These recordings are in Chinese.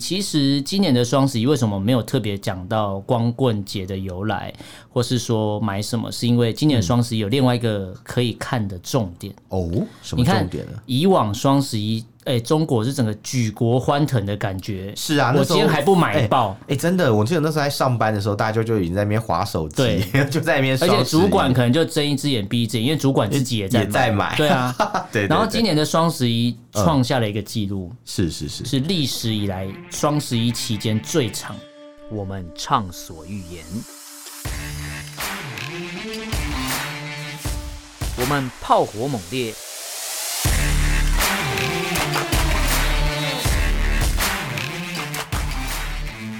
其实今年的双十一为什么没有特别讲到光棍节的由来，或是说买什么？是因为今年的双十一有另外一个可以看的重点。哦，什么你看重点呢？，以往双十一，哎、中国是整个举国欢腾的感觉。是啊，那我时今天候还不买爆。哎、真的，我记得那时候在上班的时候，大家就已经在那边划手机， 就在那边而哎双且十一，主管可能就睁一只眼闭一只眼，因为主管自己也在也在买对啊。 对嗯对然后对今年的双十一创下了一个记录，是是是，是历史以来双十一期间最长。我们畅所欲言；我们炮火猛烈；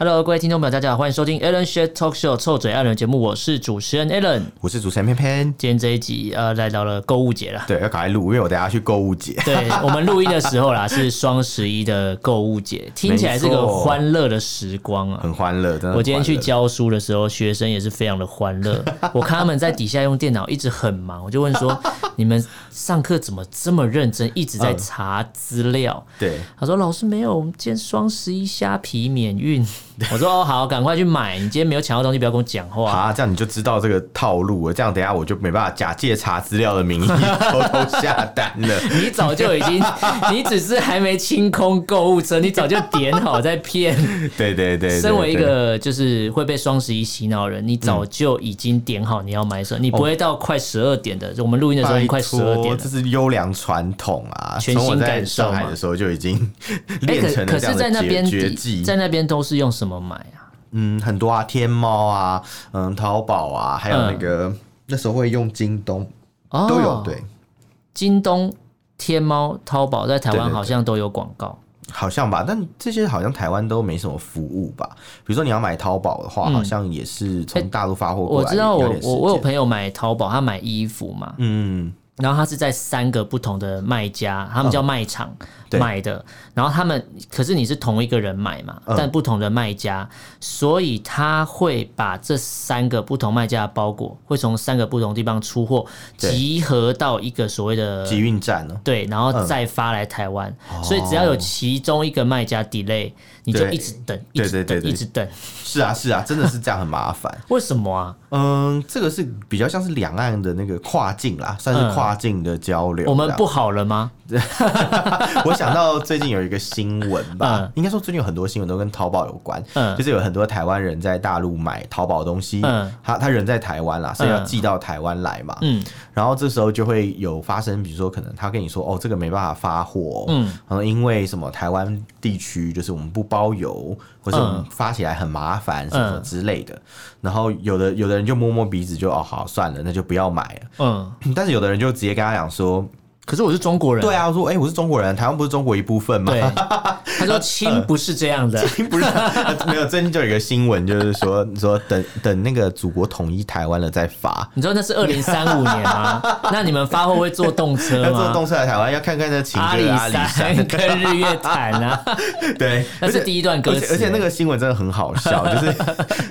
Hello，各位听众朋友，大家好，欢迎收听 Alan s h a t Talk Show 臭嘴艾伦节目，我是主持人 Alan。我是主持人偏偏，今天这一集呃来到了购物节了。对，要赶快录，因为我等一下要去购物节。对 我们录音的时候啦，是双十一的购物节，听起来是个欢乐的时光啊。很欢乐，真的。我今天去，教书的时候，学生也是非常的欢乐。 我看他们在底下用电脑一直很忙，我就问说：“你们上课怎么这么认真，一直在查资料？”对，他说：“老师没有，我们今天双十一虾皮免运。” 我说：“哦，好，赶快去买。你今天没有抢到东西，不要跟我讲话。”啊，这样你就知道这个套路了。这样等一下我就没办法假借查资料的名义 偷偷下单了。你早就已经， 你只是还没清空购物车，你早就点好在骗。对对对对，身为一对个就是会被双十一洗脑的人，你早就已经点好你要买什么，你不会到快十二点的。我们录音的时候已经快十二点拜托了这。是优良传统啊！全从我新在感受上海嘛的时候就已经哎，练可成可了这是，样的在那绝边绝底技。在那边都是用什么买啊？嗯，很多啊，天猫啊，嗯，淘宝啊，还有嗯那个、那时候会用京东，哦都有对，京东、天猫、淘宝在台对对湾对好像都有广告。好像吧。但这些好像台湾都没什么服务吧。比如说你要买淘宝的话，好像也是从大陆发货过嗯哎我来、知道，有我点时我我有间朋友买淘宝，他买衣服嘛，嗯，然后他是在三个不同的卖家，他们叫卖场、对买的，然后他们可是你是同一个人买嘛，嗯但不同的卖家，所以他会把这三个不同卖家的包裹会从三个不同地方出货，对集合到一个所谓的集嗯运站呢、对，然后再发来台湾，所以只要有其中一个卖家 delay，你就对一直等，一对直对对等，对一直等，是啊是啊，真的是这样很麻烦。为什么啊？嗯，这个是比较像是两岸的那个跨境啦，算是跨境的交流这样。嗯我们不好了吗？ 我想到最近有一个新闻吧，嗯应该说最近有很多新闻都跟淘宝有关，嗯就是有很多台湾人在大陆买淘宝东西，嗯他他人在台湾啦，所以要嗯寄到台湾来嘛，嗯，然后这时候就会有发生，比如说可能他跟你说哦，这个没办法发货、嗯，然后因为什么台湾地区就是我们不包邮，或者我们嗯发起来很麻烦什么嗯之类的，然后有的有的人就摸摸鼻子就哦好算了，那就不要买了， 嗯，但是有的人就直接跟他讲说，可是我是中国人，对啊，我说哎、我是中国人，台湾不是中国一部分吗？ 对，他说亲不是这样的，不是呃没有，最近就有一个新闻，就是说说等等那个祖国统一台湾了再发。你知道那是二零三五年 吗？那你们发货会坐动要车坐吗？动车啊来台湾，要看看那情歌阿的里阿里山，山跟日月潭 啊，对， 那是第一段歌而词且而且那个新闻真的很好 笑，就是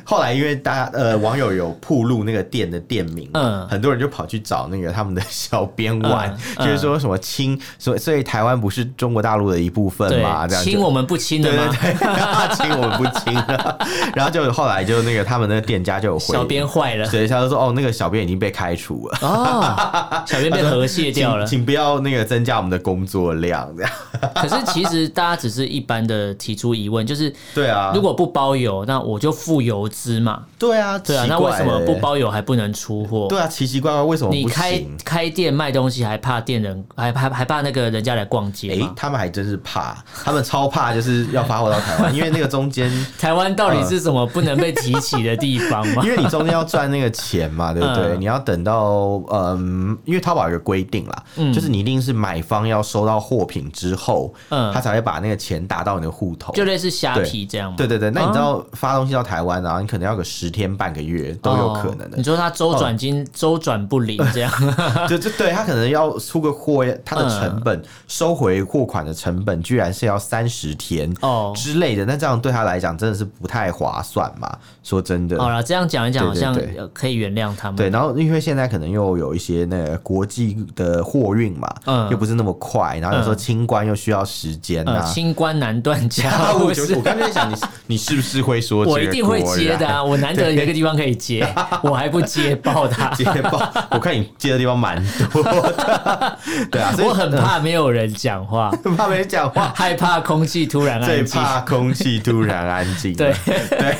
后来因为大家呃网友有曝露那个店的店名，嗯，嗯很多人就跑去找那个他们的小编玩，嗯就是说什么亲，所以所以台湾不是中国大陆的一部分嘛，这对，样就亲我们不亲对的对吗？对， 亲我们不亲了，然后就后来就那个他们那个店家就有回小编坏了所以他就说：“哦，那个小编已经被开除了， 哦，小编被和谐 掉了。请请不要那个增加我们的工作量。” 这样可是其实大家只是一般的提出疑问，就是对啊，如果不包邮，那我就付邮资嘛。对啊，对啊，奇那怪为什么欸不？包邮还不能出货？对啊，奇奇怪怪，为什么你不开行？哎开店卖东西还怕店人，还还还怕那个人家来逛街哎吗，？他们还真是怕，他们超怕，就是要发货到 台湾，因为那个中间，台湾到嗯底是什么不能被提起的地方吗因？为你中间要赚那个钱嘛，对不对？嗯你要等到，嗯，因为淘宝有个规定啦，就是你一定是买方要收到货品之后，嗯他才会把那个钱打到你的户头，就啊类似虾皮这样吗？对对对，那你知道发东西到台湾啊，你可能要个十天半个月都有可能哦的 你。说他周转金周转不灵这样， 就就对他可能要出个货它的成本、收回货款的成本居然是要三十天哦之类的，那这样对他来讲真的是不太划算嘛？说真的，好了，这样讲一讲，好对对像对呃可以原谅他们。对，然后因为现在可能又有一些那个国际的货运嘛，嗯又不是那么快，然后有时候嗯清关又需要时间呃，啊。清官难 断啊家务我就事 我。刚才在想你是，你是不是会说这个我一定会果接然的啊！我难得有一个地方可以 接，我还不接啊爆他，接 爆，我看你接的地方蛮多 的，对啊，所以我很怕没有人讲话， 很怕没人讲话，害怕空气突然最安静。怕空气突然安 静。对对，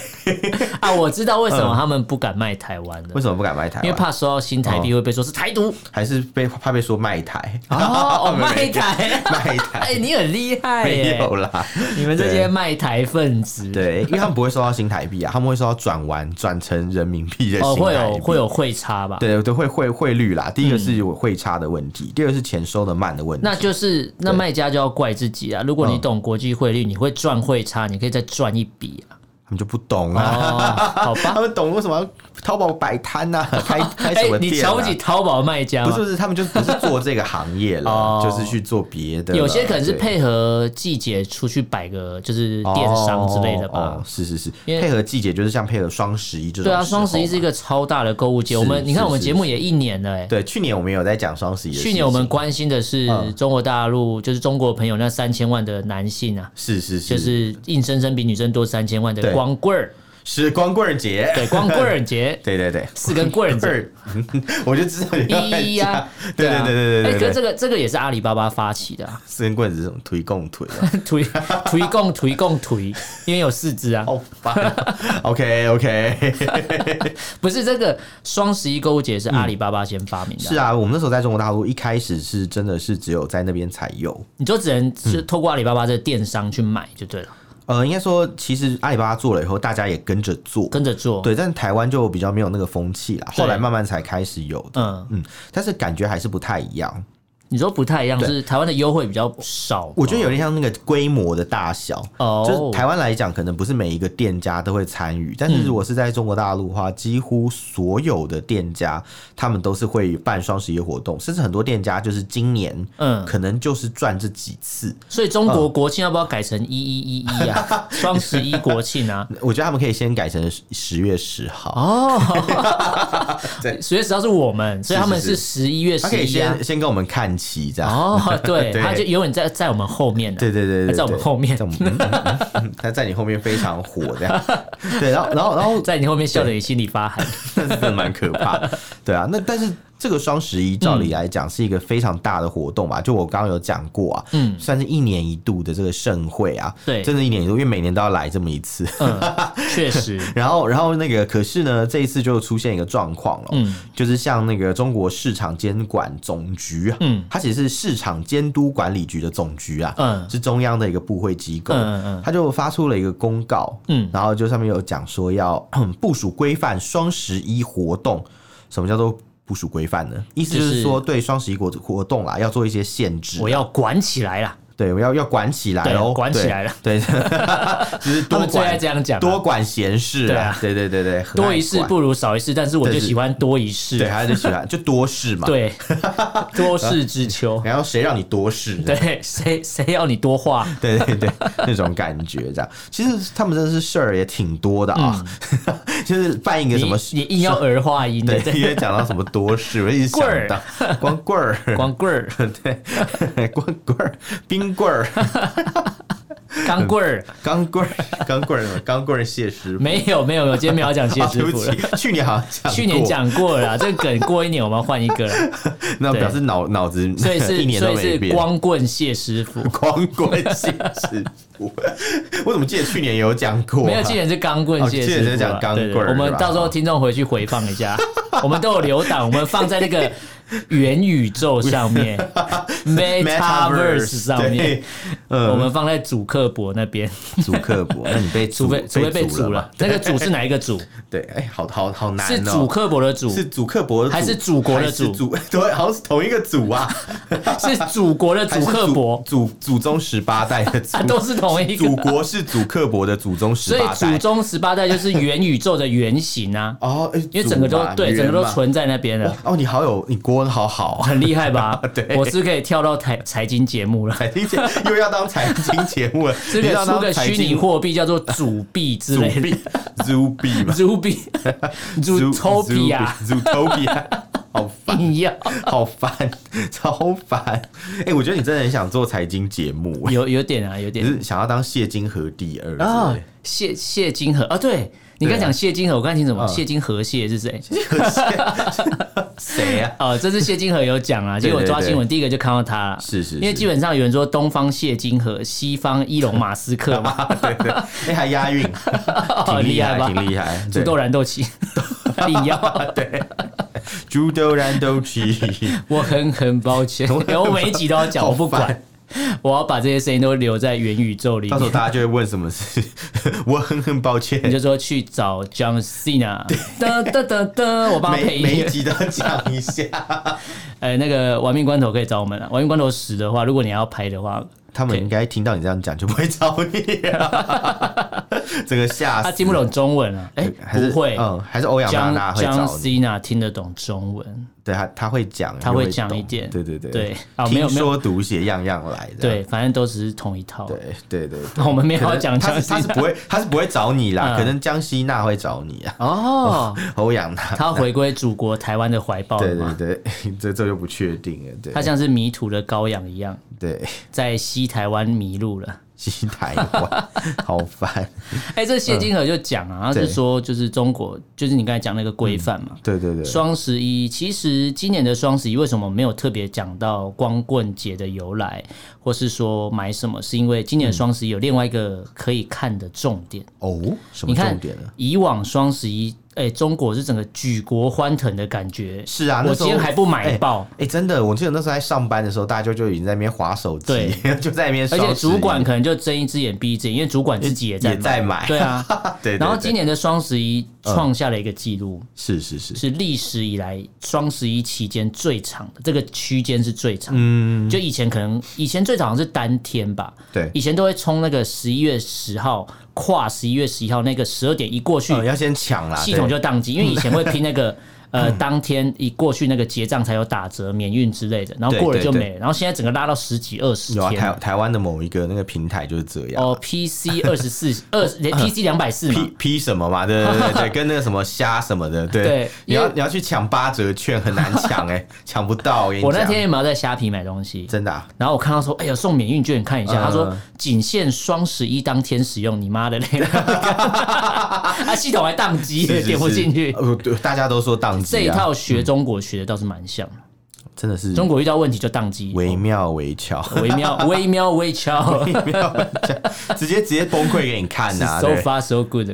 啊，我知道为什么他们不敢卖台湾了嗯为，什么不敢卖台湾？哦因为怕收到新台币会被说是台 独。还是被怕被说卖台， 哦，没卖台，卖 哎，台你很厉害没耶有！啦。你们这些卖台分子，对，因为他们不会收到新台币啊，他们会收到转完转成人民币的哦，新会台有币。会有汇差吧？对对，会汇汇率啦。第一个是汇差的问题，第二个是钱收的慢的问题。那就是那对嗯卖家就要怪自己啊！如果你懂国际汇率，你会赚汇差，你可以再赚一笔啊！他们就不懂啊，哦，好吧 他。们懂为什么要淘宝摆 摊呐，开开什哎么店啊？你瞧不起淘宝卖家不是吗？不是，他们就不是做这个行业了哦，就是去做别的了。有些可能是对配合季节出去摆个就是电商之类的吧。哦哦哦是是是，因为配合季节就是像配合双十一这种时对候嘛。啊，双十一是一个超大的购物节。是我们你看，是我们是节目也一年了、欸，对，去年我们有在讲双十一的事情，去年我们关心的是嗯中国大陆，就是中国朋友那三千万的男性啊，是是是就是硬生生比女生多三千万的对光棍儿，是光棍儿节，。对，光棍儿节 对对对，四根棍子，儿， 我就知道你要一呀讲，对对啊对对哎对哥对这对，个这个也是阿里巴巴发起的啊， 四根棍子是什么推共腿啊，推推共推共推，因为有四只啊，好烦啊。OK OK，不是这个双十一购物节是阿里巴巴先发明的啊、是啊，我们那时候在中国大陆一开始是真的是只有在那边才有，你就只能是透过阿里巴巴这个电商去买就对了，呃，应该说其实阿里巴巴做了以后，大家也跟着做，跟着做。，对，但台湾就比较没有那个风气啦，对后来慢慢才开始有的。嗯，嗯，但是感觉还是不太一样。你说不太一样，对是台湾的优惠比较少吗。啊我觉得有点像那个规模的大小，哦就是台湾来讲，可能不是每一个店家都会参与，但是如果是在中国大陆的话，几乎所有的店家他们都是会办双十一活动，甚至很多店家就是今年，嗯嗯，可能就是赚这几次。所以中嗯国国庆要不要改成一一一一 啊？双十一国庆啊？我觉得他们可以先改成十十月十号， 哦，对十月十号是我们，所以他们是是是十一月他可十以一啊先。先跟我们看齐这样。哦，对， 对他就永远在在我们后面的。对对他对对对，在我们后面在我们嗯嗯嗯嗯他在你后面非常火这样，对，然后然后然后在你后面笑得你心里发 寒。那是真的蛮可怕的，对啊，那但是这个双十一照嗯理来讲是一个非常大的活动嘛，就我刚刚有讲过啊，嗯算是一年一度的这个盛会啊，对真的一年一度，因为每年都要来这么一次，嗯，确实， 然后，然后那个，可是呢，这一次就出现一个状况了，哦嗯就是像那个中国市场监管总局啊，嗯它其实是市场监督管理局的总局啊，嗯是中央的一个部会机构，嗯嗯嗯它就发出了一个公告，嗯然后就上面有讲说要 部署规范双十一活动，什么叫做？部署规范呢？意思就就是是说，对双十一活活动啦，要做一些限制。我要管起来啦。对，我要要管起来哦，对管起来了对。 对，就是他多们最爱管这样讲啊，多管闲事对啊啊，对对对对，很多爱一事管不如少一事，但是我就喜欢多一事。对，他就喜欢就多事嘛，，对， 多事之 秋。然后谁让你多事？对对，谁谁要你多话？ 对对对，那种感觉这样，其实他们真的是事儿也挺多的啊， 就是办一个你什么嗯你硬要儿化音的对，，因为讲到什么多事，我一直想 到光棍儿， 光棍儿、对，光棍儿、冰棍儿、 钢棍儿，钢棍儿、钢棍儿什么钢棍儿谢师傅，没有没有没有，今天没有要讲谢 啊，对师不傅了。起，去年好像讲，去年，讲过了啦，这个梗过一年我们要换一个了，那对表示脑脑子所以是 一年所都以没是变。光棍谢师傅，光棍谢师傅， 我怎么记得去年也有讲过、啊？没有今年是钢棍谢哦今师年傅啦，是讲钢对对棍儿我们是吧到时候听众回去回放一下， 我们都有留档，我们放在那个元宇宙上 面，Metaverse 上面对，，嗯，我们放在主刻薄那边。主刻薄，那你 被除非除非被煮煮嘛 了，那个煮是哪一个煮？对，哎、好好好难是哦、主刻薄的主，是 祖克伯的祖还是祖国的祖还是祖 对，好像是同一个祖 啊，是祖国的还祖是克伯，祖祖宗十八代的 祖啊，，都是同一个祖。国是祖克伯的祖宗所十以八祖代。，宗十八代就是元宇宙的原型啊 哦，哎因为整个祖都嘛对，圆整个都嘛存在那边了，哦，你好有，你国文好好啊！？很厉害吧 对我是可以跳到财财经节目了。财 经节又要当财经节目了，这你个要出当个财虚经拟货币叫做主币之祖类 的币祖币 嘛， ，Ruby、Zootopia 祖头币，好烦，一样。好烦，超烦！哎、我觉得你真的很想做财经节目， 有有点啊，有你点是想要当谢金河第二啊之类，谢谢金河啊，对你对刚啊讲谢金河，我刚才听什么？嗯谢金河蟹是谁？ 谁啊？哦，这次谢金河有讲啊， 对结果我抓对对新闻第一个就看到他了，是是因为是基本上有人说东方谢金河，西方伊隆马斯克 嘛，对对，哎、还 押韵，挺厉哦害，挺厉害。土豆燃豆萁， 你 要猪豆燃豆 萁，我很很抱 歉，我每一集都要讲，我不管，我要把这些声音都留在元宇宙里到时候面。大家就会问什么事， 我很很抱歉你。就说去找 John Cena，噔 噔噔噔，我帮他配每每音一乐。集都要讲 一下，呃，那个玩命关头可以找我们啊了。玩命关头十的话，如果你要拍的话，他们应该听到你这样讲就不会找你了， 整个吓死。他听不懂中文啊？哎，还是不会。嗯，还是欧阳娜江娜会江找你， Cena 听得懂中文，对他他会讲，他会又讲懂一点对对对对啊没有听没有说读写样样来的，对，反正都只是同一套。啊对对对，对我们没有可能讲他是江西 他是不会他是不会找你啦，嗯可能江西娜会找你啊， 哦，欧阳娜，他回归祖国台湾的怀抱了对嘛对？对， 这这就不确定了，对他像是迷途的羔羊一样，对， 在西台湾迷路了。西台湾 好烦，哎、这谢金河就讲啊，他对是说就是中国，就是你刚才讲那个规范嘛。对对对，双十一，其实今年的双十一为什么没有特别讲到光棍节的由来，或是说买什么？是因为今年的双十一有另外一个可以看的重点。哦，什你么看重点呢？，以往双十一，哎、中国是整个举国欢腾的感觉。是啊，那我时今候天还不买爆。哎、真的，我记得那时候在上班的时候，大家就已经在那边划手机，就在那边而哎双十一，且主管可能就睁一只眼闭一只眼，因为主管自己也在也在买对啊， 对嗯对对然后今年的双十一创下了一个记录，是是是，是历史以来双十一期间最长的，这个区间是最长。嗯，就以前可能以前最长是单天吧，对以前都会冲那个十一月十号跨十一月十一号那个十二点一过去，呃，要先抢啦，系统对就宕机，因为以前会拼那 个。呃，当天一过去那个结账才有打折、免运之类的，然后对过了对就对没了。然后现在整个拉到十几、二十有啊，天台了，台湾的某一个那个平台就是这样。哦，PC 二十四二连 PC 两百四 P 嘛， P 什么嘛，对对对对，跟那个什么虾什么 的，对，对你因要为你要去抢八折券很难 抢哎、抢不到我跟你我那讲天有没有在虾皮买东西？真的、啊，然后我看到说，哎呦，送免运券，看一下。他说嗯仅限双十一当天使用，你妈的 嘞！啊，系统还宕机，是是点不是进去。呃，对，大家都说宕机、啊，这一套学中国学的倒是蛮像的，嗯真的是中国遇到问题就宕机，惟妙惟 肖，微 妙、微妙、微巧惟妙惟肖，直接直接崩溃给你看呐、啊， ，so 对 far so good。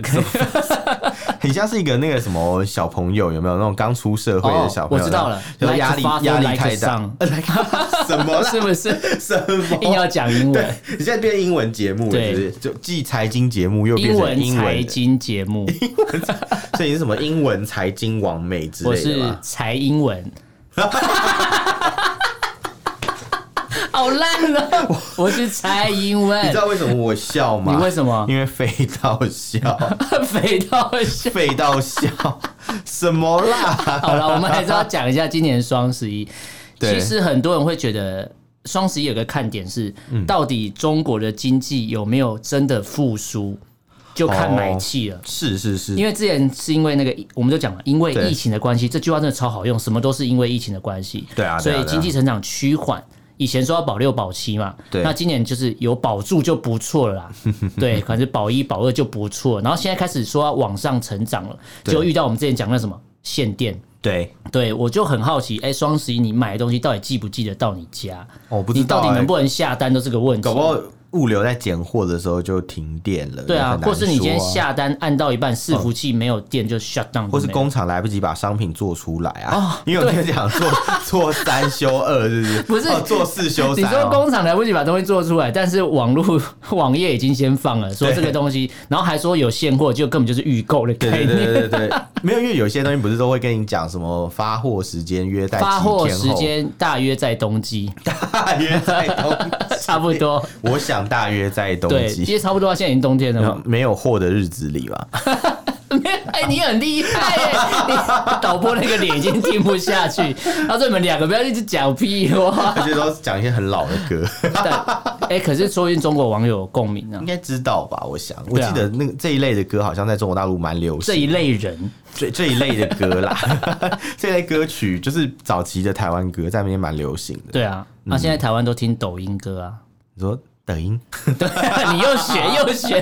很像是一个那个什么小朋友，有没有那种刚出社会的小朋哦我友？知道了，就是压力 Like a father, 压力 like a 太大 son， 什么 啦？是不 是？什么？硬要讲英文，你现在变英文节目了，对是不是？就既财经节目又变英成文英财文，经节 目，所以你是什么英文财经王美之我类的是吧？财英 文。好烂了！我是财英你知文，道为什么我笑吗？你为什么因为肥到笑， 肥到笑。肥到笑，什么啦？好了，我们还是要讲一下今年双十一。对其实很多人会觉得双十一有个看点是，嗯到底中国的经济有没有真的复苏，就看买气了。是是是，因为为之前是因为那个，我们就讲了，因为对疫情的关系，这句话真的超好用，什么都是因为疫情的关系。对啊对啊所对以啊经济成长趋缓。以前说要保六保七嘛，对那今年就是有保住就不错了啦， 对，可能是保一保二就不错，然后现在开始说要往上成长了，就遇到我们之前讲那什么限电，对，对我就很好奇，哎、双十一你买的东西到底寄不寄得到你家？我不知你道到底欸能不能下单都是个问题。搞不好物流在拣货的时候就停电了，对也啊很，难或是你今天说啊下单按到一半，伺服器没有电就 shut down，或是就没了工厂来不及把商品做出来啊，因为我跟你讲做做三休二，是不是？哦 不是哦做四休你三说哦。工厂来不及把东西做出来，但是网络 网页已经先放了，说对这个东西，然后还说有现货，就根本就是预购的对概对对念。对对 对，没有，因为有些东西不是都会跟你讲什么发货时间约在发几货天时后，间大约在冬季，大 约在 冬季差不多。我想大约在冬对， 其季，实差不多，现在已经冬天了然后嘛。没有货的日子里吧。哎、你很厉害耶！你导播那个脸已经听不下去，他说你们两个不要一直讲屁话。 而且都讲一些很老的歌，但哎、可是说不定中国网友有共鸣啊 应。该知道吧？我想，我对啊记得那个这一类的歌好像在中国大陆蛮流这行，一类人，这这一类的歌啦， 这一类歌曲就是早期的台湾歌，在那边蛮流行的。对啊，那、现在台湾都听抖音歌啊。你说抖音，对， 你又学又学，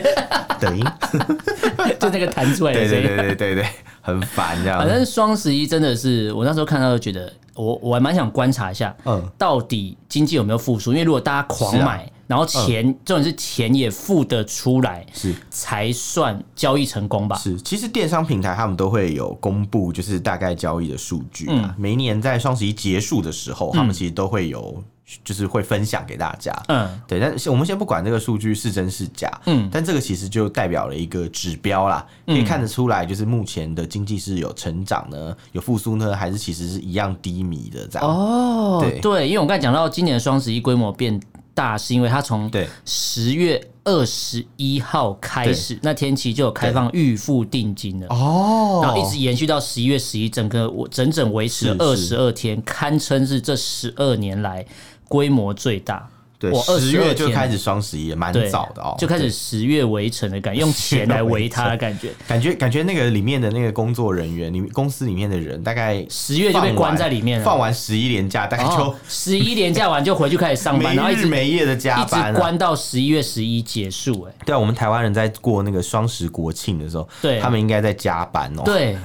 抖 音，哎就那个弹出来的对声对嗯音对。对对对，很烦这样。反正双十一真的是，我那时候看到就觉得，我我还蛮想观察一下，嗯到底经济有没有复苏？因为如果大家狂买，然后钱，重点是钱也付得出来，是才算交易成功吧？是，其实电商平台他们都会有公布，就是大概交易的数据嗯啊。每一年在双十一结束的时候，他们其实都会有，就是会分享给大家。嗯，对，但是我们先不管这个数据是真是假，嗯，但这个其实就代表了一个指标啦，嗯可以看得出来，就是目前的经济是有成长呢，有复苏呢，还是其实是一样低迷的这样。哦对对，因为我刚才讲到今年的双十一规模变大，是因为它从对十月二十一号开对始，那天期就有开放预付定金了。哦然后一直延续到十一月十一，整个我整整维持了二是十二天，堪称是这十二年来规模最大。对我，22十月就天开始双十一了，蛮对，早的哦，就开始十月围城的感觉， 用钱来围他的感觉。感觉感觉那个里面的那个工作人员，你们公司里面的人大概十月就被放关完在里面啊了哦放完十一连假大概就十一连假完就回去开始上班， 没然后一日直没夜的加一班直了。关到十一月十一结束、哎，对啊，我们台湾人在过那个双十国庆的时候，对他们应该在加班哦。对，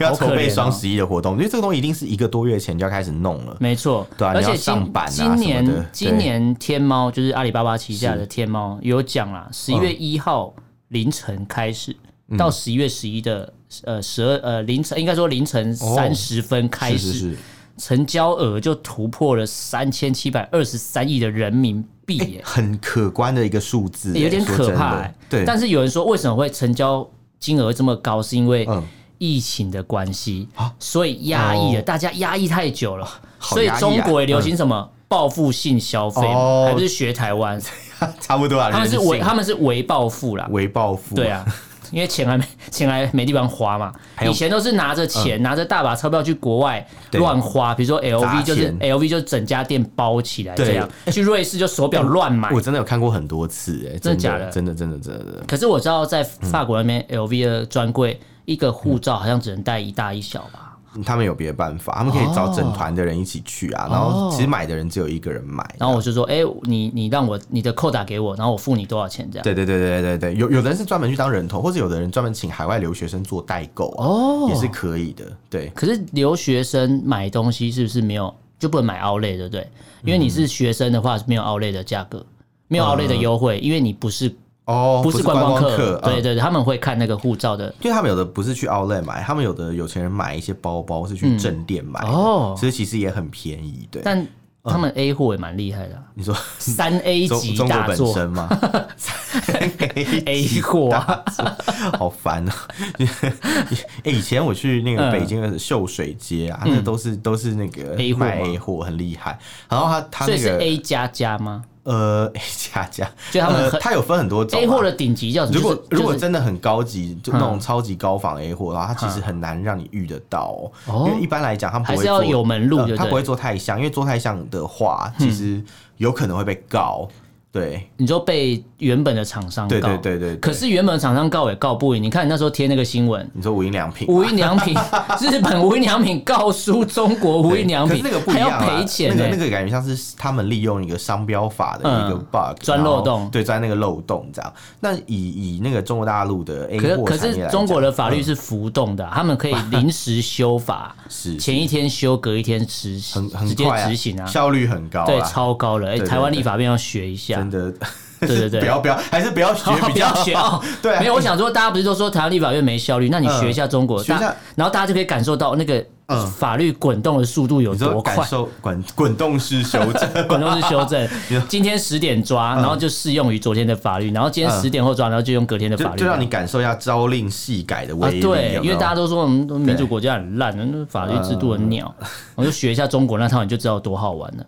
要好可筹备怜哦双十一的活动，因为这个东西一定是一个多月前就要开始弄了。没错， 对啊而你要且上今班啊今什么的年对今年天猫就是阿里巴巴旗下的天猫有讲啦，十一嗯月一号凌晨开始、到十一月十一的呃十二呃凌晨，应该说凌晨哦三十分开是始，是是，成交额就突破了三千七百二十三亿的人民币、耶哎很可观的一个数字、哎有点说可真怕、的欸。对，但是有人说为什么会成交金额这么高，是因为嗯啊疫情的关系，所以压抑了，哦大家压抑太久了，好所以压抑啊嗯中国也流行什么？报复性消费嘛，哦还不是学台湾？ 差不多啊，他们是人性为他们是为报复啦，为报复，对，啊，因为钱还没 钱还没地方花嘛。有嗯以前都是拿着钱、拿着大把钞票去国外对乱花，比如说 LV 砸就是钱 LV 就整家店包起来这样，去瑞士就手嗯表乱买。我真的有看过很多次、欸，真哎，的真假的真的真的真的真的可是我知道在嗯法国那边 LV 的专柜，一个护照好像只能带一大一小吧。他们有别的办法，他们可哦以找整团的人一起去啊，然后其实买的人只有一个人买，然后我就说，哎、你你让我你的扣打给我，然后我付你多少钱这样。对对对对对对，有有的人是专门去当人头，或者有的人专门请海外留学生做代购、啊，哦，也是可以的，对。可是留学生买东西是不是没有就不能买 Outlet 对不对？因为嗯你是学生的话是没有 Outlet 的价格，没有 Outlet 的优惠，因为你不是啊哦，不是观光客客，，嗯对对对，他们会看那个护照的。因为他们有的不是去 Outlet 买，他们有的有钱人买一些包包是去正店买的，嗯哦所以其实也很便宜。对，但他们 A 货也蛮厉害的啊，你说三 A 中级中国大本作身吗 A 货啊，好烦啊！ 哎，以前我去那个北京的秀水街啊，那都是都是那个嗯 A 货吗卖 A 货，很厉害。然后他他所以那是个 A 加加吗呃 A 加加，就他们呃很他有分很多种啊？A 货的顶级叫什么？如果就是嗯如果就是真的很高级，就那种超级高仿 A 货的话，它其实很难让你遇得到哦哦。因为一般来讲，它不会还是要做有门路呃就它对嗯不会做太像，因为做太像的话，其实有可能会被告。对你就被原本的厂商告，对对对对对可是原本厂商告也告不赢，你看那时候贴那个新闻。 你说无印良品，无印良品， 日本无印良品告输中国无对印良品，可是那个不一还样要啊，赔钱呢、那个那个感觉像是他们利用一个商标法的一个嗯 bug，钻然后漏洞对，钻那个漏洞这样。那以以那个中国大陆的 A 可是货可产业是来中国讲的法律嗯是浮动的啊、他们可以临时修法， 是前一天修，隔一天执很行，直很接快执行啊，效率很高啊，对，超高了。哎、对对台湾立法院要学一下真，的。 对对对 不要不要，还是不要学 不比较要好。，学哦 对啊，嗯没有，我想说，大家不是都说台湾立法院没效率？那你学一下中国，学一下嗯大然后大家就可以感受到那个法律滚动的速度有你多说快感。受滚滚动式修正， 滚动式修 正，今天十点嗯抓，然后就适用于昨天的法律，然后今天十点后抓，然后就用隔天的就法律就。让你感受一下朝令夕改的啊威，力。对，有没有因为大家都说我们民主国家很烂，那法律制度很嗯鸟，我就学一下中国那套，你就知道多好玩了。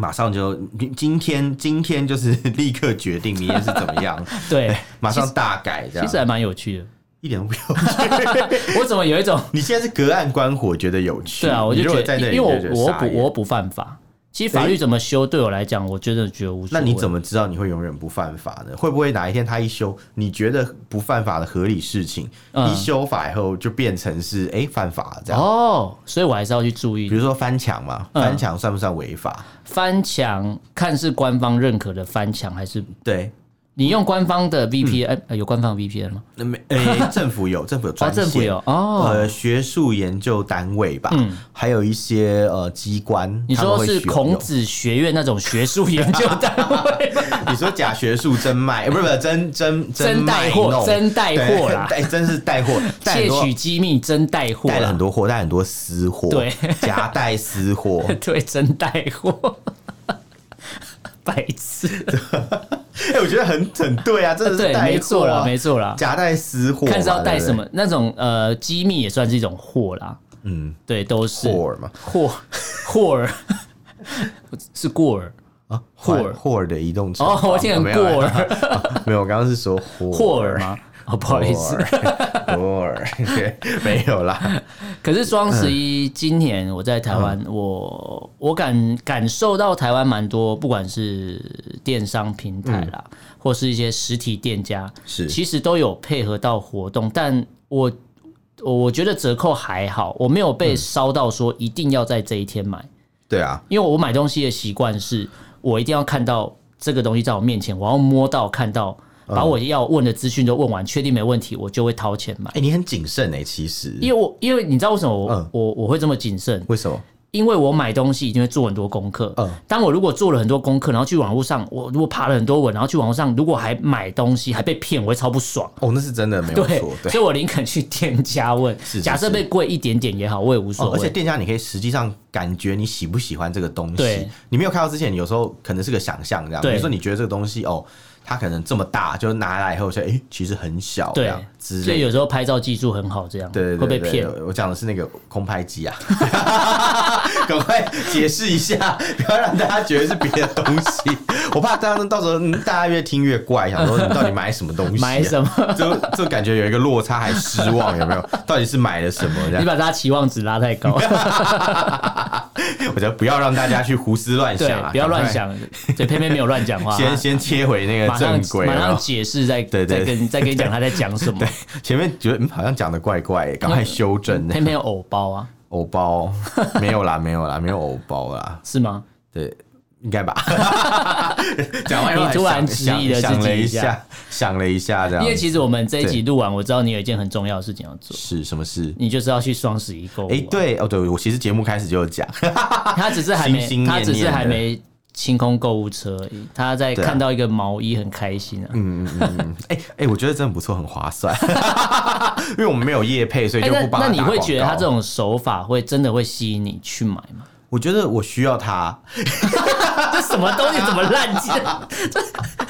马上就今天今天就是立刻决定明天是怎么 样， 对，马上大改这其样实，还蛮有趣的。一点都不有趣。 我怎么有一种你现在是隔岸观火，觉得有趣？对啊，我你就如觉果在那得，里因为就觉我得我傻不眼我不犯法。其实法律怎么修对我来讲，我真的觉得无所那谓。你怎么知道你会永远不犯法呢？会不会哪一天他一修，你觉得不犯法的合理事情，嗯一修法以后就变成是哎、诶犯法这样？哦，所以我还是要去注比意如说翻墙嘛，嗯翻墙算不算违法？翻墙，看是官方认可的翻墙，还是对，你用官方嗯的 VPN？、呃有官方 VPN 吗？那没诶、 政府有政府有哦，专线，政府有哦。嗯呃学术研究单位吧，还有一些呃机关，你他们说会是使用孔？子学院那种学术研究单位吗？ 你说假学术真卖，呃不是不是真 真真带卖货，弄真带货啦，对，真是带 货， 带很窃多取机密，真带货啦，啊带了很多货，带很多私货，对，夹带私货。 对，真带货， 白痴， 哎、我觉得很很对啊，真的是对，带没货错啊，啦，没错啦，夹带私货嘛，看是要带对不对什么那种呃机密也算是一种货啦，嗯，对，都是货儿嘛，货货儿 是过儿啊，霍尔霍尔的移动城哦，我听成没有过啊 儿没有，我刚刚是说霍货儿？吗？哦，不好意思， 霍尔，对没有啦。可是双十一今嗯年我在台湾，我我感感受到台湾蛮多，不管是电商平台啦，或是一些实体店家， 嗯是其实都有配合到活动，但我。我我觉得折扣还好，我没有被嗯烧到说一定要在这一天买，对啊，因为我买东西的习惯是，我一定要看到这个东西在我面前，我要摸到、看到，嗯把我要问的资讯都问完，确定没问题，我就会掏钱买哎、。你很谨慎哎、其实，因为我因为你知道为什么我、嗯我我会这么谨慎？为什么？因为我买东西一定会做很多功课。嗯当我如果做了很多功课，然后去网络上，我如果爬了很多文，然后去网络上如果还买东西还被骗，我会超不爽。哦，那是真的没有对错，，对。所以我宁肯去店家问， 是假设被贵一点点也好，我也无所哦而且谓。店家你可以实际上感觉你喜不喜欢这个东西对。你没有看到之前，有时候可能是个想象这样。比对如说你觉得这个东西哦，它可能这么大，就拿来以后说，哎、其实很小这对样，之所以类的。有时候拍照技术很好，这样对对对会被对骗。对我讲的是那个空拍机啊， 赶快解释一下， 不要让大家觉得是别的东西。我怕大家到时候、嗯大家越听越怪，想 说你到底买什么东西、啊？买什么？就就感觉有一个落差，还失望，有没有？到底是买了什么？ 这样你把大家期望值拉太 高，啊我觉得不要让大家去胡思乱对想啊，，不要赶快乱想。对，偏偏没有乱讲话。啊先先切回那马个上正轨，马然上后解释，再对对再跟再跟你讲他在讲什么。前面觉得嗯好像讲的怪怪，赶快修正。 哎偏偏有偶包啊，偶包没有啦，没有啦，没有偶包啦，是吗？对，应该吧。 讲完以后你突然还质想疑了想自己了一一下下，想了一下，这样因为其实我们这一集录完，我知道你有一件很重要的事情要做，是什么事？你就是要去双十一购物啊。哎，对哦，对我其实节目开始就有讲， 他只是还没心心，念他念的只是还没清空购物车而已，他在对啊看到一个毛衣很开心啊。哎哎，我觉得真的不错，很划算， 因为我们没有业配，所以哎就那不帮那他你打会广觉得他告这种手法会真的会吸引你去买吗？我觉得我需要他，这什么东西怎么烂讲？ 这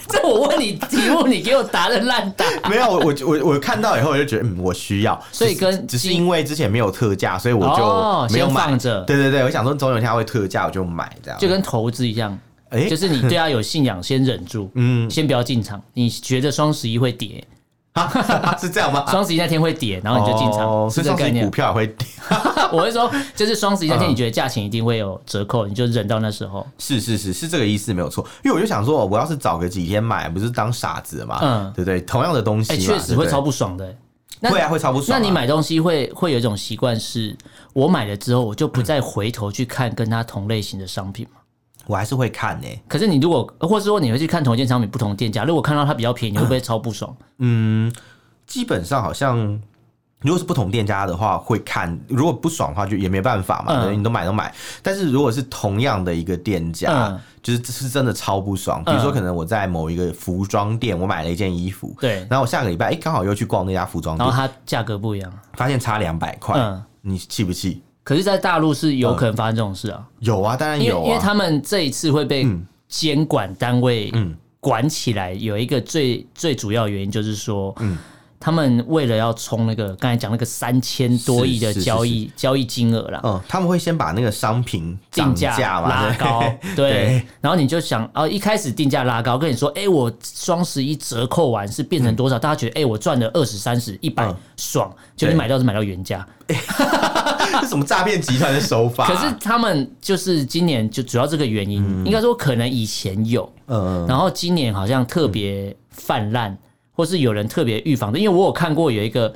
这我问你题目，你给我答的烂答。 没有，我我我我看到以后我就觉得，嗯，我需要。所以只是跟只是今因为之前没有特价，所以哦我就没有先买。放着对对对，我想说总有一天它会特价，我就买这样。就跟投资一样，哎就是你对它有信仰，先忍住，嗯，先不要进场。你觉得双十一会跌，啊是这样吗？双十一那天会跌，然后你就进场，哦是所以这个上概次念股。票也会跌。 我会说，就是双十一那天，嗯你觉得价钱一定会有折扣，你就忍到那时候。是是是是这个意思没有错，因为我就想说，我要是早个几天买，不是当傻子嘛？嗯对不对？同样的东西哎，嘛，确实会超对不爽的。不那对会啊，会超不爽那啊。你买东西会会有一种习惯，是我买了之后，我就不再回头去看跟它同类型的商品嘛？我还是会看呢、可是你如果，或是说你会去看同一件商品不嗯同店家，如果看到它比较便宜，你会不会超不爽？基本上好像如果是不同店家的话，会看；如果不爽的话，就也没办法嘛，嗯你都买都买。但是如果是同样的一个店家，嗯就是这是真的超不爽。比如说，可能我在某一个服装店，我买了一件衣服，对然后我下个礼拜哎刚、好又去逛那家服装然店后，它价格不一样。发现差两百块，嗯你气不气？可是，在大陆是有可能发生这种事啊，有啊，当然因为有因为啊。他们这一次会被监管单位嗯管起来，有一个最最主要原因就是说，嗯他们为了要冲那个刚才讲那个三千多亿的是是是交易交易金额啦，嗯，他们会先把那个商品定涨价价嘛，拉对 高，对，对然后你就想，哦，一开始定价拉高，跟你说，哎、我双十一折扣完是变成多少？大家觉得，哎、我赚了二十、三十、一百嗯，爽，就你对买到是买到原价。这 什么诈骗集团的手法？可是，他们就是今年就主要这个原因，应该说可能以前有，嗯，然后今年好像特别泛滥，或是有人特别预防的，因为我有看过有一个。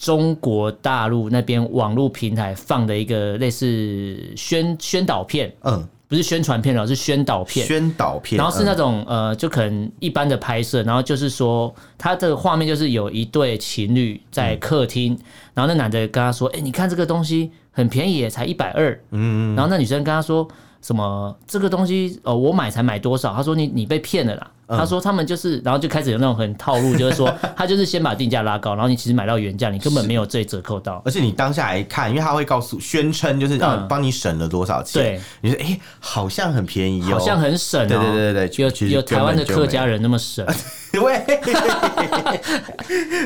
中国大陆那边网络平台放的一个类似宣宣导片，嗯，不是宣传片了，是宣导片。宣导片，然后是那嗯种、呃，就可能一般的拍摄，然后就是说他的画面就是有一对情侣在客厅，嗯然后那男的跟他说：“哎、你看这个东西很便宜耶，才一百二。”嗯，然后那女生跟他说。什么？这个东西哦，我买才买多少？他说你你被骗了啦。嗯他说他们就是，然后就开始有那种很套路，就是 说他就是先把定价拉高，然后你其实买到原价，你根本没有最折扣到。而且你当下来看，因为他会告诉宣称就是啊帮你省了多少嗯钱，对，你说哎、诶好像很便宜哦，好 像很省哦，对对对对对其有实有台湾的根本就没有客家人那么 省，喂，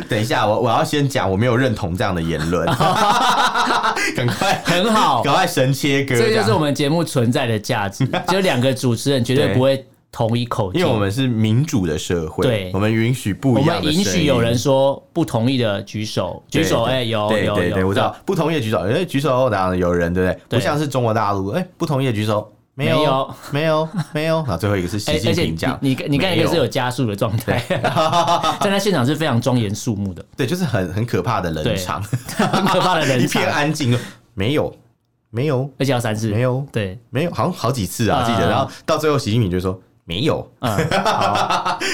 等一下，我我要先讲，我没有认同这样的言 论，赶快很好，赶快神切割这这就样是我们节目存在的价 值，就两个主持人绝对对不会同一口径，因为我们是民主的社会，对我们允许不我一样们的允声许音有人说不同意的举手，举对手，对哎，有对有对对，有，我知道不同意的举手，哎，举手当然有人，对不对？对不像是中国大陆，哎，不同意的举手，没没有有，没有，没有。那最后一个是哎习而近且平你讲，你你刚才没那有个是有加速的状态， 站在现场是非常庄严肃 穆的，对，就是很很可怕的冷 场，很可怕的 一人片场，安静，没有，没有，而且要三次，没有对，没有，好像好几次嗯啊，记得。然后到最后，习近平就说没有，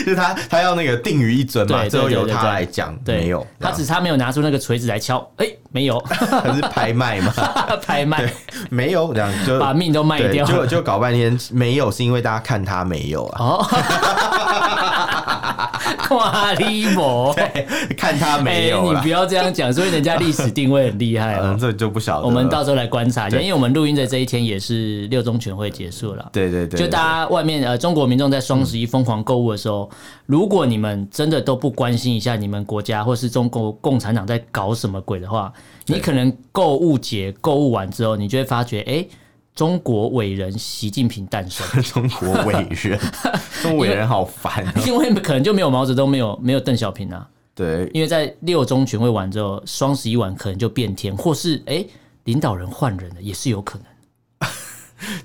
就是他他要那个定于一尊嘛，对对最后由对对他对来讲对，没有，他只差没有拿出那个锤子来敲，哎，没有， 他是拍 卖嘛，拍卖对，没有这样就把命都卖对掉，就就搞半天没有，是因为大家看他没有啊，哦， 夸你某。 看他 没有哎啦你不。要这样讲，所以人家历史定位很厉害嗯，哦。这就不晓得了。我们到时候来观察一下，对因为我们录音的这一天也是六中全会结束了。对对对，就大家外面呃，中国民众在双十一疯狂购物的时候，如果你们真的都不关心一下你们国家或是中国共产党在搞什么鬼的话，你可能购物节购物完之后，你就会发觉，哎，中国伟人习近平诞生， 中国伟人，中国伟人好烦哦。因为可能就没有毛泽东，没有没有邓小平啊，对，因为在六中全会完之后，双十一晚可能就变天，或是哎、诶领导人换人了，也是有可能。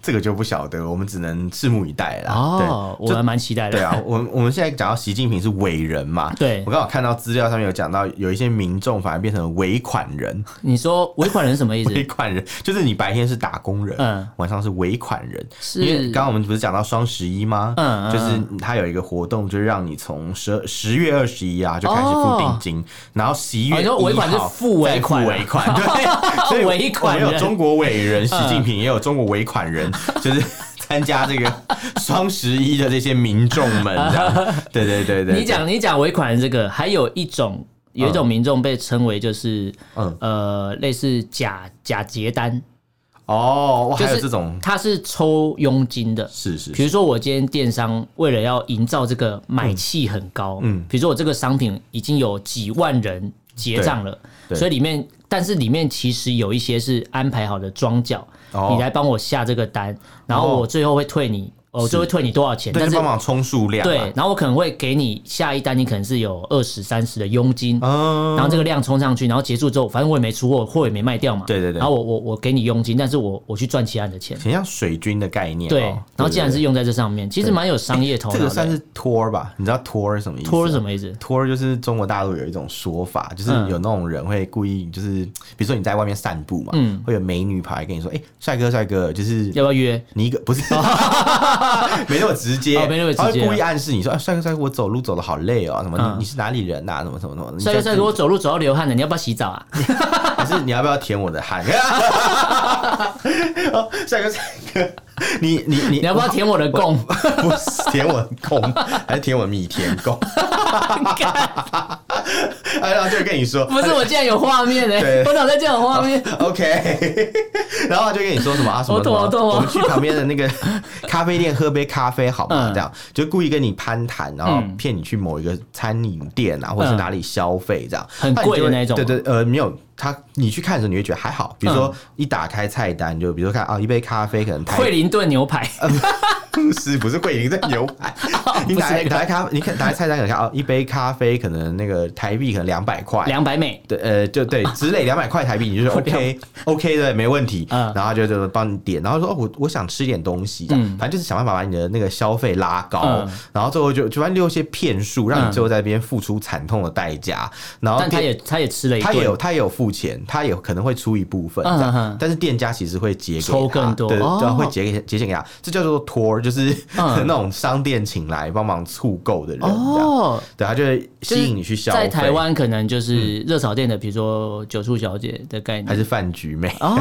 这个就不晓得，我们只能拭目以待啦。哦，啊对我还蛮期待的。对啊，我们我们现在讲到习近平是伟人嘛，对我刚好看到资料上面有讲到，有一些民众反而变成尾款人，你说尾款人什 么意思？尾款人就是你白天是打工人，嗯晚上是尾款人，是因为刚刚我们不是讲到双十一吗？嗯嗯就是它有一个活动，就是让你从十十月二十一啊就开始付定金，然后十一哦月你说尾款1号是付尾款啊再付尾 款，对，所以尾款人嗯我们有中国伟人习近平，也有中国尾 款人，就是参加这个双十一的这些民众们，这 样，对对对对，你讲你讲尾款人这个，还有一种有一种民众被称为就是、嗯呃类似假假结单，哦，哇，就还有是这种他是抽佣金的。是是比是如说，我今天电商为了要营造这个买气很高，嗯嗯，比如说我这个商品已经有几万人结账了，对对所以里面，但是里面其实有一些是安排好的庄脚，哦你来帮我下这个单，然后哦我最后会退你，我最后会退你多少钱？对，但就是帮忙充数量，啊对，，然后我可能会给你下一单，你可能是有二十三十的佣金，嗯，然后这个量冲上去，然后结束之后，反正我也没出货，货也没卖掉嘛，对对对然后我我我给你佣金，但是我我去赚其他人的钱。很像水军的概念哦，对，然后既然对是用在这上面，其实蛮有商业头这脑个的算。是托儿吧？你知道托儿是什么意思吗？托是什么意思？托儿就是中国大陆有一种说法，就是嗯有那种人会故意，就是比如说你在外面散步嘛，嗯会有美女跑来跟你说：“哎、帅哥，帅哥，就是 要不要约？你一个不是，没那么直接，哦没那么直接他会故意暗示你说，啊帅哥帅哥，我走路走的好累哦，什么嗯你你是哪里人啊呐？什么什么什么，帅哥帅哥，你我在走路走到流汗了，你要不要洗澡啊？ 可是你要不要舔我的汗？ 哦帅哥帅哥， 你你你你要不要舔我的 贡？不是舔我公， 还是舔我米田公？ 哎，然后就跟你说，不是，我竟然有画面呢、对我脑袋竟然有画面。 OK，然 后他就跟你说什么啊什么我什懂么，我懂我们去旁边的那个咖啡店喝杯咖啡好吗？嗯这样就故意跟你攀谈，然后嗯骗你去某一个餐饮店啊，或者是嗯哪里消费这样，很贵的那一种嗯对对，呃，没有。他你去看的时候，你会觉得还好。比如说一打开菜单，就比如说看啊，一杯咖啡可能台惠灵顿牛排，呃 不是不是桂林这牛排，哦你打开打开咖，你看打开菜单可能看哦，一杯咖啡可能那个台币可能两百块，两百美。对，呃，就对，之类两百块台币，你就 说 OK OK 对，没问题。嗯然后他就就帮你点，然后说哦，我我想吃点东西，这样，反正就是想办法把你的那个消费拉高嗯，然后最后就就反正留一些骗术，让嗯你最后在那边付出惨痛的代价。然后但他店也他也吃了一哦他也有顿，他也有付钱，他也可能会出一部分，嗯这样嗯嗯但是店家其实会结给抽他更多对，哦对，会结给结钱给他，这叫做托儿，就是嗯那种商店请来帮忙促购的人，这样，哦，对，他就会吸引你去消费。嗯在台湾可能就是热炒店的，比如说九处小姐的概还念。是饭局妹，哦，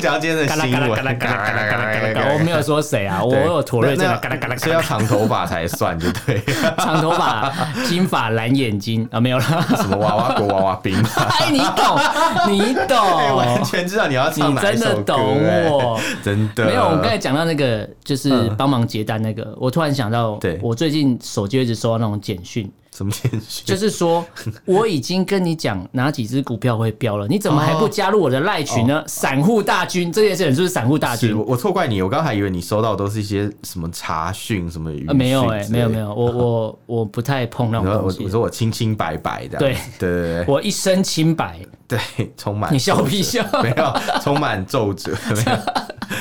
讲到今天的嘎啦 新嘎啦闻，哎嘎啦嘎啦嘎啦嘎啦嘎啦嘎啦我没有说谁啊，我对有妥瑞症那的，嘎啦嘎啦所以嘎要啦，长头发才算，就对， 长头发、 金发、蓝眼睛啊，没有了。什么娃娃国娃娃兵。 哎，你懂， 你哎懂完。全知道你要唱你哪一真的首歌，懂哎我，真的 没有，我们刚才讲到那个就是帮忙结单那个，我突然想到，对我最近手机一直收到那种简讯，什么谦虚，就是说我已经跟你讲哪几只股票会飙了，你怎么还不加入我的赖群呢？散户大军这件事情是不是散户大哦是军我？我错怪你，我刚才以为你收到都是一些什么查讯什么语、呃，没有哎、没有没有。有，我我我不太碰那你种说东我西我。说我清清白白的，对对对我一身清白，对对，充满你笑屁皱笑褶没有，充满皱褶，没有。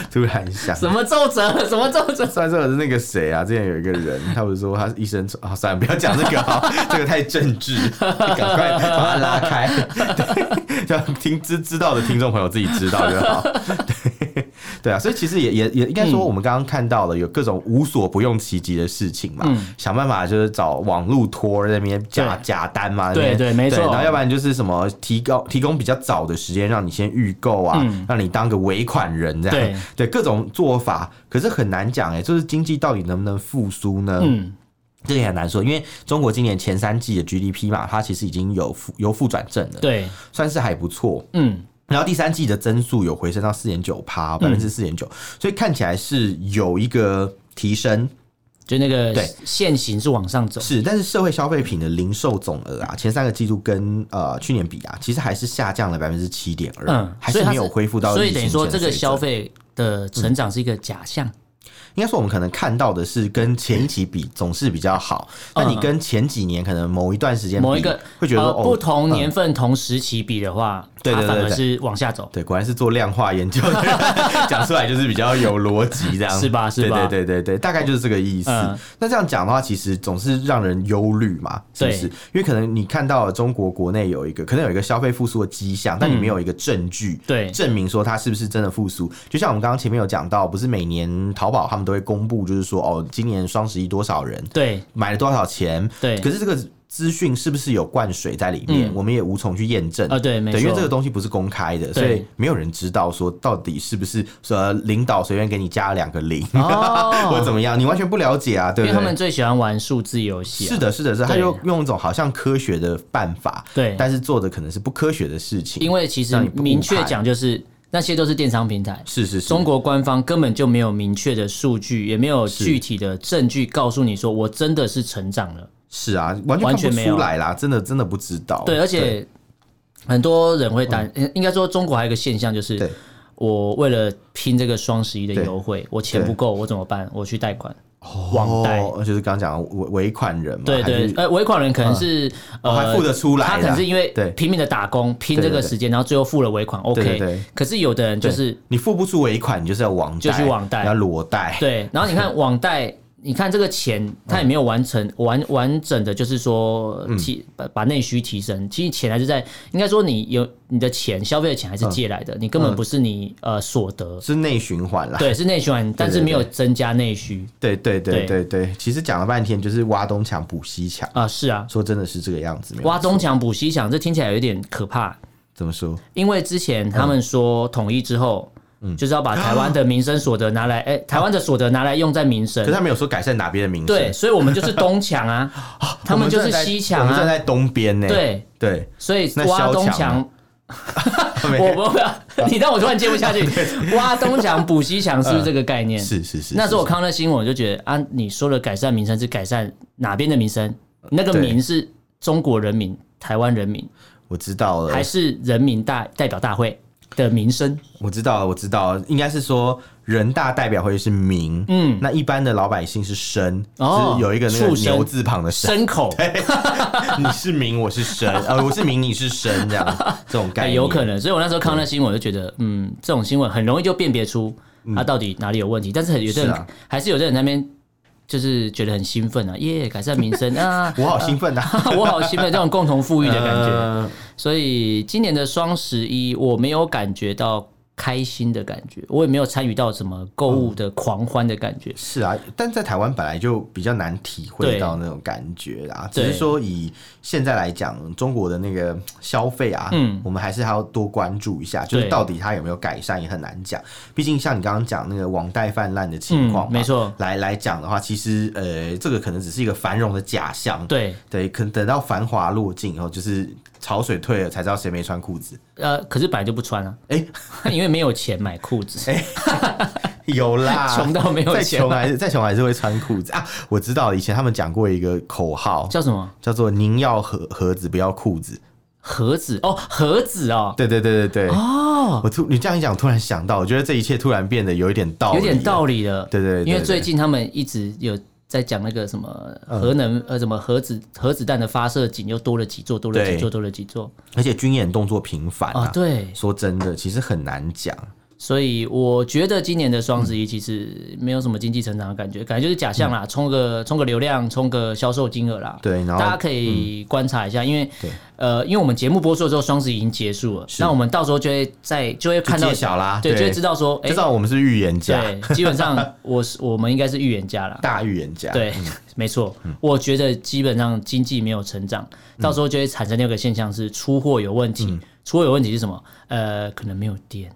突然想，什么皱褶，什么皱褶， 上次是那个谁啊？之前有一个人，他不是说他是一生啊、算了，不要讲这个好， 这个太政治，赶快把它拉开。对，就听知知道的听众朋友自己知道就好。对对啊，所以其实也也也应该嗯说，我们刚刚看到了有各种无所不用其极的事情嘛，想办法就是找网路托儿在那边假嗯对假单嘛，对那边对没错然后要不然就是什么提高提供比较早的时间让你先预购啊，让你当个尾款人这样，嗯对对各种做法，可是很难讲哎、就是经济到底能不能复苏呢？嗯，这个也很难说，因为中国今年前三季的 GDP 嘛，它其实已经有负由负转正了，对，算是还不错。嗯，然后第三季的增速有回升到四点九趴，百分之四点嗯九，所以看起来是有一个提升。就那个对现行是往上走，是，但是社会消费品的零售总额啊，前三个季度跟呃去年比啊，其实还是下降了百分之七点二，嗯，还所是以它没有恢复到所疫以情等于说前的这个水准嗯消费的成长是一个假象，应该说我们可能看到的是跟前一期比总是比较好，那、你跟前几年可能某一段时间嗯比某一个会觉得说、呃哦不同嗯年份同时期比的话，对它对对反而对是往下走。对，果然是做量化研究的人讲出来就是比较有逻辑，这样 是吧是吧对对对对对，大概就是这个意思。嗯那这样讲的话，其实总是让人忧虑嘛，是不是？对因为可能你看到了中国国内有一个可能有一个消费复苏的迹象，但你没有一个证据，嗯对证明说它是不是真的复苏。就像我们刚刚前面有讲到，不是每年淘宝他们都会公布，就是说哦，今年双十一多少人，对买了多少钱？对可是这个资讯是不是有灌水在里面？嗯我们也无从去验证啊对没因为错这个东西不是公开的，所以没有人知道说到底是不是说领导随便给你加了两个零、 或者哦，怎么样，你完全不了解啊，对因不为他对？们最喜欢玩数字游戏、啊。是的，是的，是的他对就用一种好像科学的办法，对但是做的可能是不科学的事情，因为其实让你不明确误判讲，就是那些都是电商平台。是是是中国官方根本就没有明确的数据，也没有具体的证据告诉你说我真的是成长了。是啊，完全完看全不没有啊出来啦，真的真的不知道。对，而且很多人会担，应该说中国还有一个现象就嗯对是，我为了拼这个双十一的对优惠，我钱对不够，我怎么办？我去贷款。网贷哦，就是刚刚讲的尾尾款人嘛，对还对是，呃，尾款人可能是哦呃还付得出来啦他可能是因为对拼命的打工，拼这对个对时间，然后最后付了尾款对，OK 对。可是有的人就对是你付不出尾款，你就是要网贷，就是网贷你要裸贷，对，然后你看网贷，你看这个钱，它也没有完成、完完整的，就是说提、嗯把把内需提升。其实钱还是在，应该说你有你的钱，消费的钱还是借来的，你根本不是你、嗯呃所得，是内循环啦。对，是内循环，但是没有增加内需对对对对对对，其实讲了半天就是挖东墙补西墙，啊、是啊，说真的是这个样子。没有挖东墙补西墙，这听起来有一点可怕，怎么说？因为之前他们说统一之后。嗯就是要把台湾的民生所得拿来，哎、台湾的所得拿来用在民生啊可是，他没有说改善哪边的名声，对，所以我们就是东墙 啊，他们就是西我墙们站啊，在哎东边呢。对，对，所以那挖萧东墙墙呢没有我不 要，你让我突然接不下去。挖东墙补西墙是不是这个概念？嗯是是是。那时候我是看到那新闻，我就觉得啊，你说的改善民生是改善哪边的民生？那个对民是中国人民、台湾人民，我知道了，还是人民大代表大会的民生？我知道了，我知道了，应该是说人大代表会是民，嗯，那一般的老百姓是生，哦是有一个那个畜生牛字旁的生，牲 口你是民，我是生，呃，我是民，你是生，这样这种概哎念，有可能。所以我那时候看到那新闻，我就觉得，嗯，这种新闻很容易就辨别出它到底哪里有问题。但是有些嗯是人啊，还是有些人在那边就是觉得很兴奋啊，耶，改善民生啊 我好兴奋啊！ 我好兴奋，这种共同富裕的感觉。呃所以今年的双十一，我没有感觉到开心的感觉，我也没有参与到什么购物的狂欢的感觉。是啊，但在台湾本来就比较难体会对到那种感觉啦。只对是说以现在来讲，中国的那个消费啊，嗯我们还是还要多关注一下，就是对到底它有没有改善也很难讲。毕竟像你刚刚讲那个网贷泛滥的情况嘛、嗯没错来来讲的话，其实呃，这个可能只是一个繁荣的假象。对，对，可能等到繁华落尽以后，就是潮水退了，才知道谁没穿裤子。呃，可是本来就不穿啊， 哎、因为没有钱买裤子。 有啦，穷到没有再钱穷买还是再穷还是会穿裤子啊！我知道以前他们讲过一个口号，叫什么叫做“您要盒盒子，不要裤子盒子哦，盒子哦”。，对对对对对。哦，我突你这样一讲，突然想到，我觉得这一切突然变得有一点道理，有点道理。理了。对对对对嗯因为最近他们一直有在讲那个什么核能呃什么核子核子弹的发射井又多了几座，多了对几座，多了几座而且军演动作频繁啊啊，，对，说真的，其实很难讲。所以我觉得今年的双嗯十一其实没有什么经济成长的感觉，感觉就是假象啦，冲个冲个流量，冲个销售金额啦。对然后嗯大家可以观察一下，因为对呃，因为我们节目播出的时候，双十一已经结束了，那我们到时候就会在就会看就到揭晓啦对，对就会知道说，就哎知，道我们是预言家，对，基本 上我是我们应该是预言家啦。大嗯预言家。对，没错，我觉得基本上经济没有成长，嗯到时候就会产生那个现象是出货有问题。出货有问题是什么？呃，可能没有电。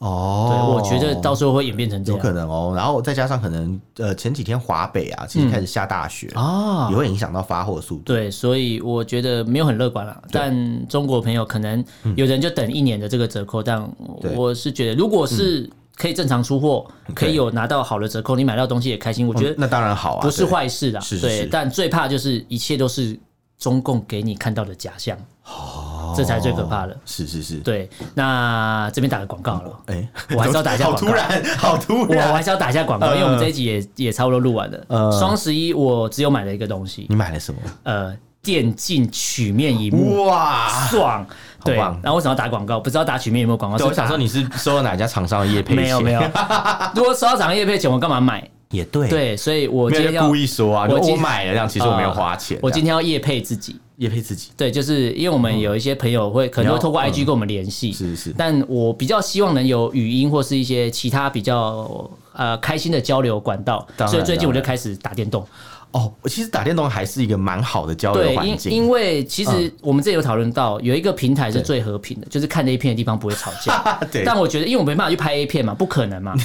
对，哦我，觉得啊到时候会演变成这有样。可能哦。然后再加上可能呃前几天华北啊，其实开始下大雪，嗯啊也，会影响到发货速度。对，所以我觉得没有很乐观了。但中国朋友可能有人就等一年的这个折扣，但嗯对嗯我是觉得，如果是可以正常出货，可以有拿到好的折扣，你买到东西也开心，我觉那得当然好啊，不是对坏事啦是。是是对，但最怕就是一切都是中共给你看到的假象，哦这才最可怕的。是是是，对，那这边打个广告了，哎、我还是要打一下好广告突然，好突我我然。还是要打一下广告，因为我们这一集也也差不多录完呃了。双十一我只有买了一个东西，你买了什么？呃，电竞曲面荧幕。哇！爽，对。棒然后为什么要打广告？不知道打曲面有没有广告？对，我是打想说你是收了哪家厂商的业配没有钱没有。 如果收到涨业配钱，我干嘛 买？也对，对，所以我今没有天就要故意说啊，我就我今买了这样，其实我没有花钱。我今天天要业配自己。业配自己对，就是因为我们有一些朋友会可能会透过嗯你要 IG 跟我们联系，是是但我比较希望能有语音或是一些其他比较呃开心的交流管道，当然所以最近我当就然开始打电动。哦，我其实打电动还是一个蛮好的交流对，环因境。嗯。因为其实我们这里有讨论到，有一个平台是最和平的，就是看 A 片的地方不会吵架对但我觉得，因为我没办法去拍 A 片嘛，不可能 嘛。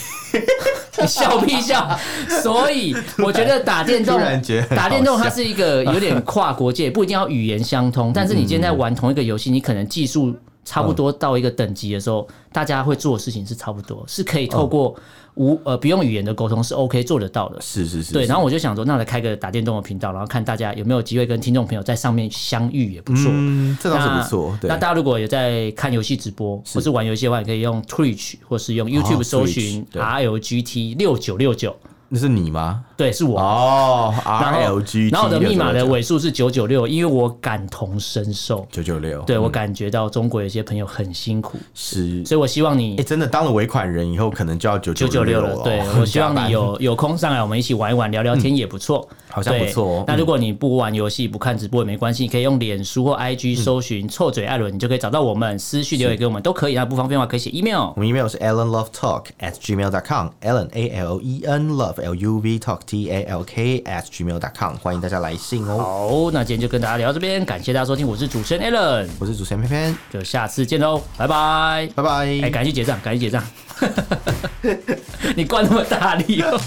你笑屁笑！所以我觉得打电动 突然觉得，很好打电动它是一个有点跨国界，不一定要语言相通，嗯但是你今天在玩同一个游戏，你可能技术差不多到一个等级的时嗯候，大家会做的事情是差不多，是可以透过无呃不用语言的沟通是 OK 做得到的。哦是是是，对，是然后我就想说，那来开个打电动的频道，然后看大家有没有机会跟听众朋友在上面相遇，也不错。嗯，这倒是不错。对那，大家如果有在看游戏直播或是玩游戏的话，也可以用哦 Twitch 或是用 YouTube 搜寻 Twitch，对 RLGT 六九六九。那是你吗？对，是我。哦然后，RLG，然后我的密码的尾数是九九六，因为我感同身受，九九六，对我嗯感觉到中国有些朋友很辛苦，是，所以我希望你哎，真的当了尾款人以后，可能就要九九九六了了哦，，对我希望你有有空上来，我们一起玩一玩，聊聊天嗯也不错，嗯好像不错哦对那如果你不玩游戏、不看直播也没关系，你可以用脸书或 IG 搜寻“臭嘴艾伦”，你就可以找到我们，私讯留言给我们都可以。那不方便的话，可以写 email 我。们 email 是 allenlovetalk at gmail dot com，allen a l e n love l u v talk t a l k at gmail dot com，欢迎大家来信哦。好，那今天就跟大家聊到这边，感谢大家收听，我是主持人 Alan，我是主持人偏偏，就下次见喽，拜拜。拜拜。哎 哎、赶紧结账，赶紧结账！你灌那么大力、哦。